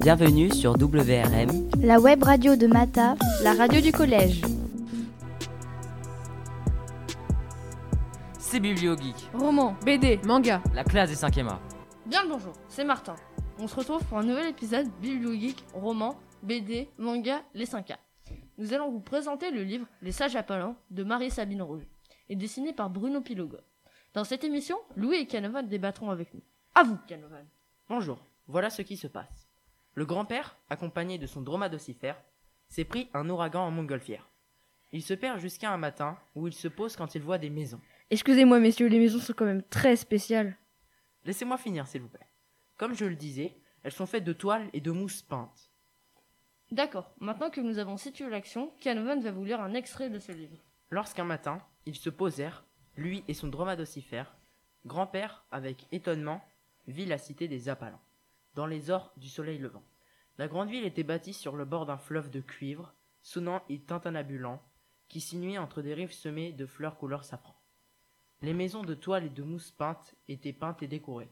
Bienvenue sur WRM. La web radio de Mata, la radio du collège. C'est BiblioGeek, Roman, BD, manga. la classe des 5e A. Bien le bonjour, c'est Martin. On se retrouve pour un nouvel épisode Bibliogeek, roman, BD, manga, les 5K. Nous allons vous présenter le livre Les Sages Appalants de Marie-Sabine Rouge et dessiné par Bruno Pilogo. Dans cette émission, Louis et Canovan débattront avec nous. À vous, Canovan. Bonjour, voilà ce qui se passe. Le grand-père, accompagné de son dromadassifère, s'est pris un ouragan en montgolfière. Il se perd jusqu'à un matin où il se pose quand il voit des maisons. Excusez-moi, messieurs, les maisons sont quand même très spéciales. Laissez-moi finir, s'il vous plaît. Comme je le disais, elles sont faites de toiles et de mousse peinte. D'accord, maintenant que nous avons situé l'action, Canovan va vous lire un extrait de ce livre. Lorsqu'un matin, ils se posèrent, lui et son dromadassifère, grand-père, avec étonnement, vit la cité des Appalans, dans les ors du soleil levant. La grande ville était bâtie sur le bord d'un fleuve de cuivre, sonnant et tintanabulant, qui sinuait entre des rives semées de fleurs couleur safran. Les maisons de toile et de mousse peinte étaient peintes et décorées.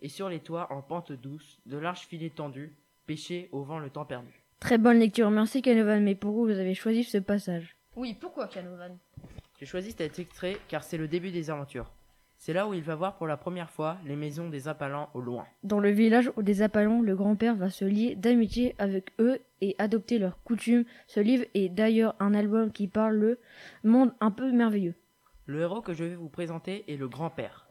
Et sur les toits, en pente douce, de larges filets tendus, pêchaient au vent le temps perdu. Très bonne lecture, merci Canovan, mais pourquoi vous avez choisi ce passage Oui, pourquoi Canovan J'ai choisi cet extrait car c'est le début des aventures. C'est là où il va voir pour la première fois les maisons des Appalans au loin. Dans le village où des Appalons, le grand-père va se lier d'amitié avec eux et adopter leurs coutumes. Ce livre est d'ailleurs un album qui parle le monde un peu merveilleux. Le héros que je vais vous présenter est le grand-père.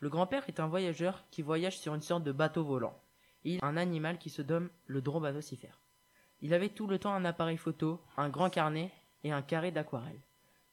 Le grand-père est un voyageur qui voyage sur une sorte de bateau volant. Il a un animal qui se nomme le dromadassifère. Il avait tout le temps un appareil photo, un grand carnet et un carré d'aquarelle.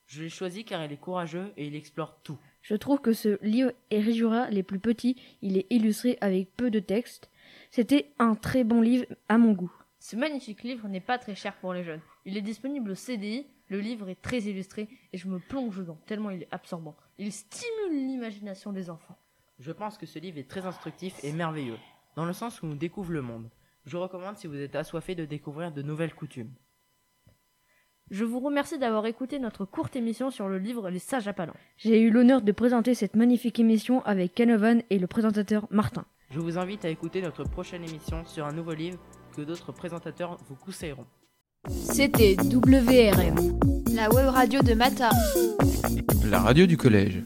Je l'ai choisi car il est courageux et il explore tout. Je trouve que ce livre est Régira les plus petits, il est illustré avec peu de texte. C'était un très bon livre à mon goût. Ce magnifique livre n'est pas très cher pour les jeunes. Il est disponible au CDI, le livre est très illustré et je me plonge dedans tellement il est absorbant. Il stimule l'imagination des enfants. Je pense que ce livre est très instructif et merveilleux, dans le sens où on découvre le monde. Je recommande si vous êtes assoiffé de découvrir de nouvelles coutumes. Je vous remercie d'avoir écouté notre courte émission sur le livre Les Sages Appalants. J'ai eu l'honneur de présenter cette magnifique émission avec Canovan et le présentateur Martin. Je vous invite à écouter notre prochaine émission sur un nouveau livre que d'autres présentateurs vous conseilleront. C'était WRM. La web radio de Mata. La radio du collège.